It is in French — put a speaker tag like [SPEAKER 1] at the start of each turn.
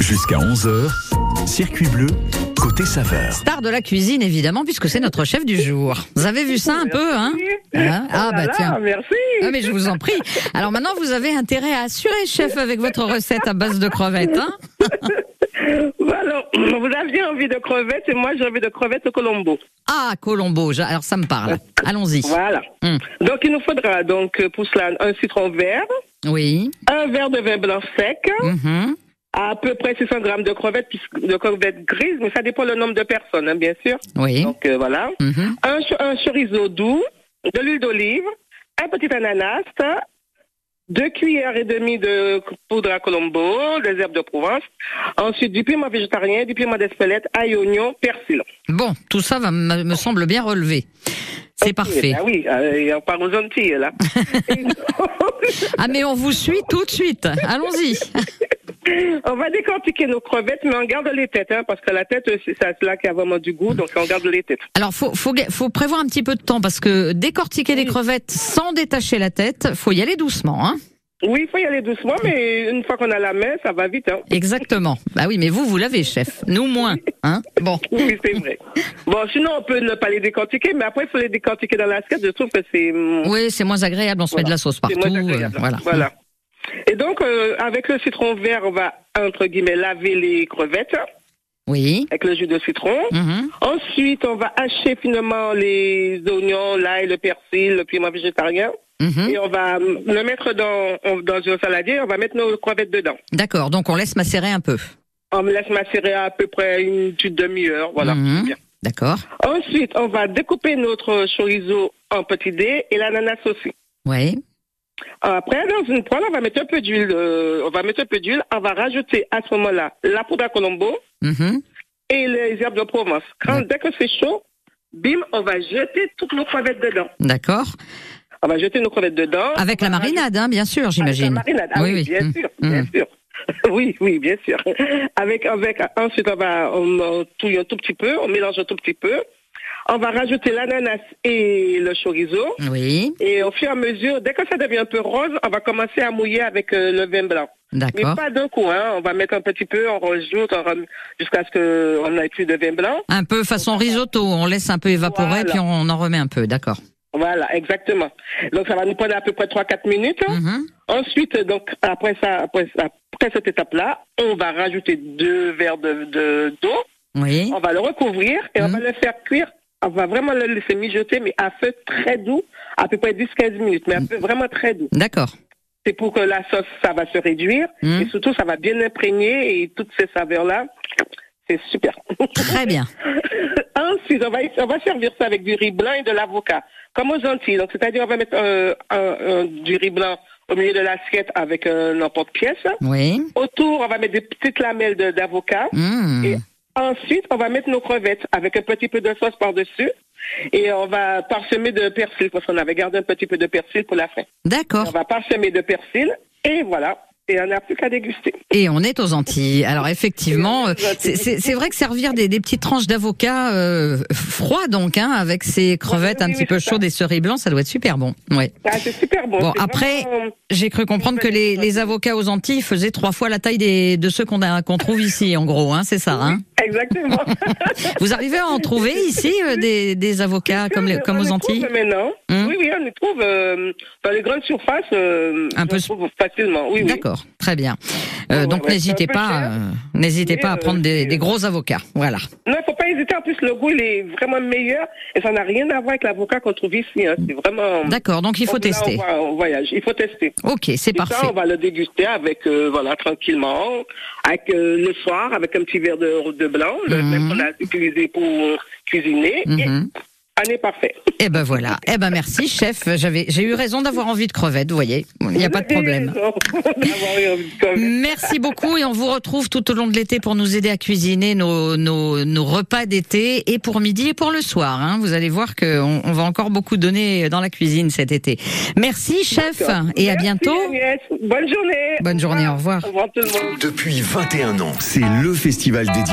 [SPEAKER 1] Jusqu'à 11h, circuit bleu, côté saveur.
[SPEAKER 2] Star de la cuisine, évidemment, puisque c'est notre chef du jour. Vous avez vu ça un peu, hein Hein Ah,
[SPEAKER 3] Oh là
[SPEAKER 2] bah
[SPEAKER 3] là,
[SPEAKER 2] tiens.
[SPEAKER 3] Merci.
[SPEAKER 2] Ah, mais je vous en prie. Alors maintenant, vous avez intérêt à assurer, chef, avec votre recette à base de crevettes. Hein
[SPEAKER 3] Bah Alors, vous aviez envie de crevettes et moi j'ai envie de crevettes au Colombo.
[SPEAKER 2] ah, Colombo, j'a- alors ça me parle. Allons-y.
[SPEAKER 3] Voilà.
[SPEAKER 2] Hum.
[SPEAKER 3] Donc il nous faudra donc euh, pour cela un citron vert,
[SPEAKER 2] Oui.
[SPEAKER 3] un verre de vin blanc sec,
[SPEAKER 2] Mhm.
[SPEAKER 3] à peu près 600 grammes de crevettes, puisque- de crevettes grises, mais ça dépend le nombre de personnes, hein, bien sûr.
[SPEAKER 2] Oui.
[SPEAKER 3] Donc euh, voilà.
[SPEAKER 2] Mhm.
[SPEAKER 3] Un, cho- un chorizo doux, de l'huile d'olive, un petit ananas, deux cuillères et demie de poudre à Colombo, des herbes de Provence, ensuite du piment végétarien, du piment d'Espelette, ail, oignon, persil.
[SPEAKER 2] Bon, tout ça va, me me semble bien relevé. C'est
[SPEAKER 3] Ok,
[SPEAKER 2] parfait.
[SPEAKER 3] Ah oui, euh, on part aux Antilles, là.
[SPEAKER 2] Ah, mais on vous suit tout de suite. Allons-y.
[SPEAKER 3] on va décortiquer nos crevettes, mais on garde les têtes, hein, parce que la tête, c'est ça, c'est là qui a vraiment du goût, donc on garde les têtes.
[SPEAKER 2] Alors, faut, faut, ga- faut prévoir un petit peu de temps parce que décortiquer les crevettes sans détacher la tête, faut y aller doucement. Hein
[SPEAKER 3] Oui, il faut y aller doucement, mais une fois qu'on a la main, ça va vite. Hein.
[SPEAKER 2] Exactement. Bah oui, mais vous, vous l'avez, chef. Nous, moins. Hein bon.
[SPEAKER 3] Oui, c'est vrai. Bon, sinon, on peut ne pas les décortiquer, mais après, il faut les décortiquer dans l'assiette. Je trouve que c'est hum,
[SPEAKER 2] Oui, c'est moins agréable, on se met de la sauce
[SPEAKER 3] c'est
[SPEAKER 2] partout.
[SPEAKER 3] moins
[SPEAKER 2] euh,
[SPEAKER 3] agréable.
[SPEAKER 2] voilà.
[SPEAKER 3] voilà. Et donc, euh, avec le citron vert, on va, entre guillemets, laver les crevettes
[SPEAKER 2] Oui.
[SPEAKER 3] avec le jus de citron.
[SPEAKER 2] Mhm.
[SPEAKER 3] Ensuite, on va hacher finement les oignons, l'ail, le persil, le piment végétarien.
[SPEAKER 2] Mhm.
[SPEAKER 3] Et on va hum, le mettre dans, on- dans un saladier. On va mettre nos crevettes dedans.
[SPEAKER 2] D'accord, donc on laisse macérer un peu.
[SPEAKER 3] On laisse macérer à peu près une petite demi-heure. Voilà.
[SPEAKER 2] Mhm.
[SPEAKER 3] Bien.
[SPEAKER 2] D'accord.
[SPEAKER 3] Ensuite, on va découper notre chorizo en petits dés et l'ananas aussi.
[SPEAKER 2] Oui.
[SPEAKER 3] Après, dans une poêle, on va mettre un peu d'huile. euh, on va mettre un peu d'huile. On va rajouter à ce moment-là la poudre à Colombo
[SPEAKER 2] Mhm.
[SPEAKER 3] et les herbes de Provence. Quand,
[SPEAKER 2] Ouais.
[SPEAKER 3] Dès que c'est chaud, bim, on va jeter toutes nos crevettes dedans.
[SPEAKER 2] D'accord.
[SPEAKER 3] On va jeter nos crevettes dedans.
[SPEAKER 2] Avec la marinade, hein, bien sûr,
[SPEAKER 3] Avec la
[SPEAKER 2] j'imagine.
[SPEAKER 3] marinade. Ah
[SPEAKER 2] Oui,
[SPEAKER 3] oui,
[SPEAKER 2] oui.
[SPEAKER 3] bien
[SPEAKER 2] Mm,
[SPEAKER 3] sûr,
[SPEAKER 2] mm.
[SPEAKER 3] bien sûr. Oui, oui, bien sûr. Avec, avec, ensuite, on va, on, on touille un tout petit peu, on mélange un tout petit peu. On va rajouter l'ananas et le chorizo.
[SPEAKER 2] Oui,
[SPEAKER 3] Et au fur et à mesure, dès que ça devient un peu rose, on va commencer à mouiller avec euh, le vin blanc. Mais
[SPEAKER 2] d'accord.
[SPEAKER 3] pas d'un coup, hein. On va mettre un petit peu, on rajoute, on rem- jusqu'à ce que on ait plus de vin blanc.
[SPEAKER 2] Un peu façon risotto, on laisse un peu évaporer,
[SPEAKER 3] Voilà.
[SPEAKER 2] puis on en remet un peu, d'accord.
[SPEAKER 3] Voilà, exactement. Donc ça va nous prendre à peu près 3-4 minutes.
[SPEAKER 2] Mhm.
[SPEAKER 3] Ensuite, donc après ça, après, après cette étape-là, on va rajouter deux verres de de- d'eau.
[SPEAKER 2] Oui,
[SPEAKER 3] on va le recouvrir et on
[SPEAKER 2] Mhm.
[SPEAKER 3] va le faire cuire. On va vraiment le laisser mijoter, mais à feu très doux, à peu près 10-15 minutes, mais à feu vraiment très doux.
[SPEAKER 2] d'accord.
[SPEAKER 3] C'est pour que la sauce, ça va se réduire.
[SPEAKER 2] Mm.
[SPEAKER 3] Et surtout, ça va bien imprégner et toutes ces saveurs-là, c'est super.
[SPEAKER 2] Très bien.
[SPEAKER 3] Ensuite, on va, on va servir ça avec du riz blanc et de l'avocat, comme aux Antilles. Donc, c'est-à-dire, on va mettre euh, un- un- du riz blanc au milieu de l'assiette avec euh, n'importe pièce.
[SPEAKER 2] Oui.
[SPEAKER 3] Autour, on va mettre des petites lamelles de- d'avocat.
[SPEAKER 2] Mm.
[SPEAKER 3] Et ensuite, on va mettre nos crevettes avec un petit peu de sauce par-dessus. Et on va parsemer de persil, parce qu'on avait gardé un petit peu de persil pour la fin. On
[SPEAKER 2] D'accord.
[SPEAKER 3] va parsemer de persil et voilà. Et on n'a plus qu'à déguster.
[SPEAKER 2] Et on est aux Antilles. Alors effectivement,
[SPEAKER 3] Et on est
[SPEAKER 2] euh,
[SPEAKER 3] aux Antilles.
[SPEAKER 2] c'est- c'est c'est vrai que servir des, des petites tranches d'avocat euh, froid donc, hein, avec ces crevettes
[SPEAKER 3] oui,
[SPEAKER 2] un
[SPEAKER 3] oui,
[SPEAKER 2] petit peu
[SPEAKER 3] c'est ça.
[SPEAKER 2] chaudes et cerises blancs, ça doit être super bon. Ouais.
[SPEAKER 3] Ah, c'est super bon.
[SPEAKER 2] Bon,
[SPEAKER 3] C'est
[SPEAKER 2] après-
[SPEAKER 3] vraiment-
[SPEAKER 2] J'ai cru comprendre que les, les avocats aux Antilles faisaient trois fois la taille des, de ceux qu'on a- qu'on trouve ici, en gros, hein, c'est ça. Hein
[SPEAKER 3] Exactement.
[SPEAKER 2] Vous arrivez à en trouver ici euh, des, des avocats Ah, comme, les, comme
[SPEAKER 3] on
[SPEAKER 2] aux
[SPEAKER 3] les
[SPEAKER 2] Antilles
[SPEAKER 3] trouve maintenant.
[SPEAKER 2] Hmm.
[SPEAKER 3] Oui, oui, on les trouve euh, dans les grandes surfaces. euh,
[SPEAKER 2] Un
[SPEAKER 3] on
[SPEAKER 2] peu-
[SPEAKER 3] les trouve facilement. Oui, oui.
[SPEAKER 2] D'accord, très bien. Euh,
[SPEAKER 3] Ouais,
[SPEAKER 2] donc
[SPEAKER 3] ouais, ouais,
[SPEAKER 2] n'hésitez
[SPEAKER 3] c'est un peu
[SPEAKER 2] pas,
[SPEAKER 3] cher,
[SPEAKER 2] euh, n'hésitez
[SPEAKER 3] mais,
[SPEAKER 2] pas à
[SPEAKER 3] euh,
[SPEAKER 2] prendre des,
[SPEAKER 3] c'est-
[SPEAKER 2] des gros avocats. Voilà.
[SPEAKER 3] Non, faut pas hésiter. En plus, le goût, il est vraiment meilleur. Et ça n'a rien à voir avec l'avocat qu'on trouve ici. hein. C'est vraiment.
[SPEAKER 2] D'accord, donc il faut
[SPEAKER 3] Là,
[SPEAKER 2] tester.
[SPEAKER 3] On, va- on voyage. Il faut tester.
[SPEAKER 2] Ok, c'est
[SPEAKER 3] Et ça,
[SPEAKER 2] parfait.
[SPEAKER 3] on va le déguster avec, euh, voilà, tranquillement, avec euh, le soir, avec un petit verre de, de blanc, le
[SPEAKER 2] Mhm.
[SPEAKER 3] même qu'on a utilisé pour cuisiner. Et
[SPEAKER 2] Mhm.
[SPEAKER 3] on est parfait.
[SPEAKER 2] Eh ben voilà. Eh ben merci, chef. J'avais, j'ai eu raison d'avoir envie de crevettes. Vous voyez, il n'y a pas de problème.
[SPEAKER 3] D'avoir eu envie de crevettes.
[SPEAKER 2] Merci beaucoup et on vous retrouve tout au long de l'été pour nous aider à cuisiner nos, nos, nos repas d'été et pour midi et pour le soir. hein. Vous allez voir qu'on on va encore beaucoup donner dans la cuisine cet été. Merci chef et à
[SPEAKER 3] Merci,
[SPEAKER 2] bientôt.
[SPEAKER 3] Agnès. Bonne journée.
[SPEAKER 2] Bonne journée, au revoir.
[SPEAKER 3] Au revoir tout le monde.
[SPEAKER 1] Depuis 21 ans, c'est le festival dédié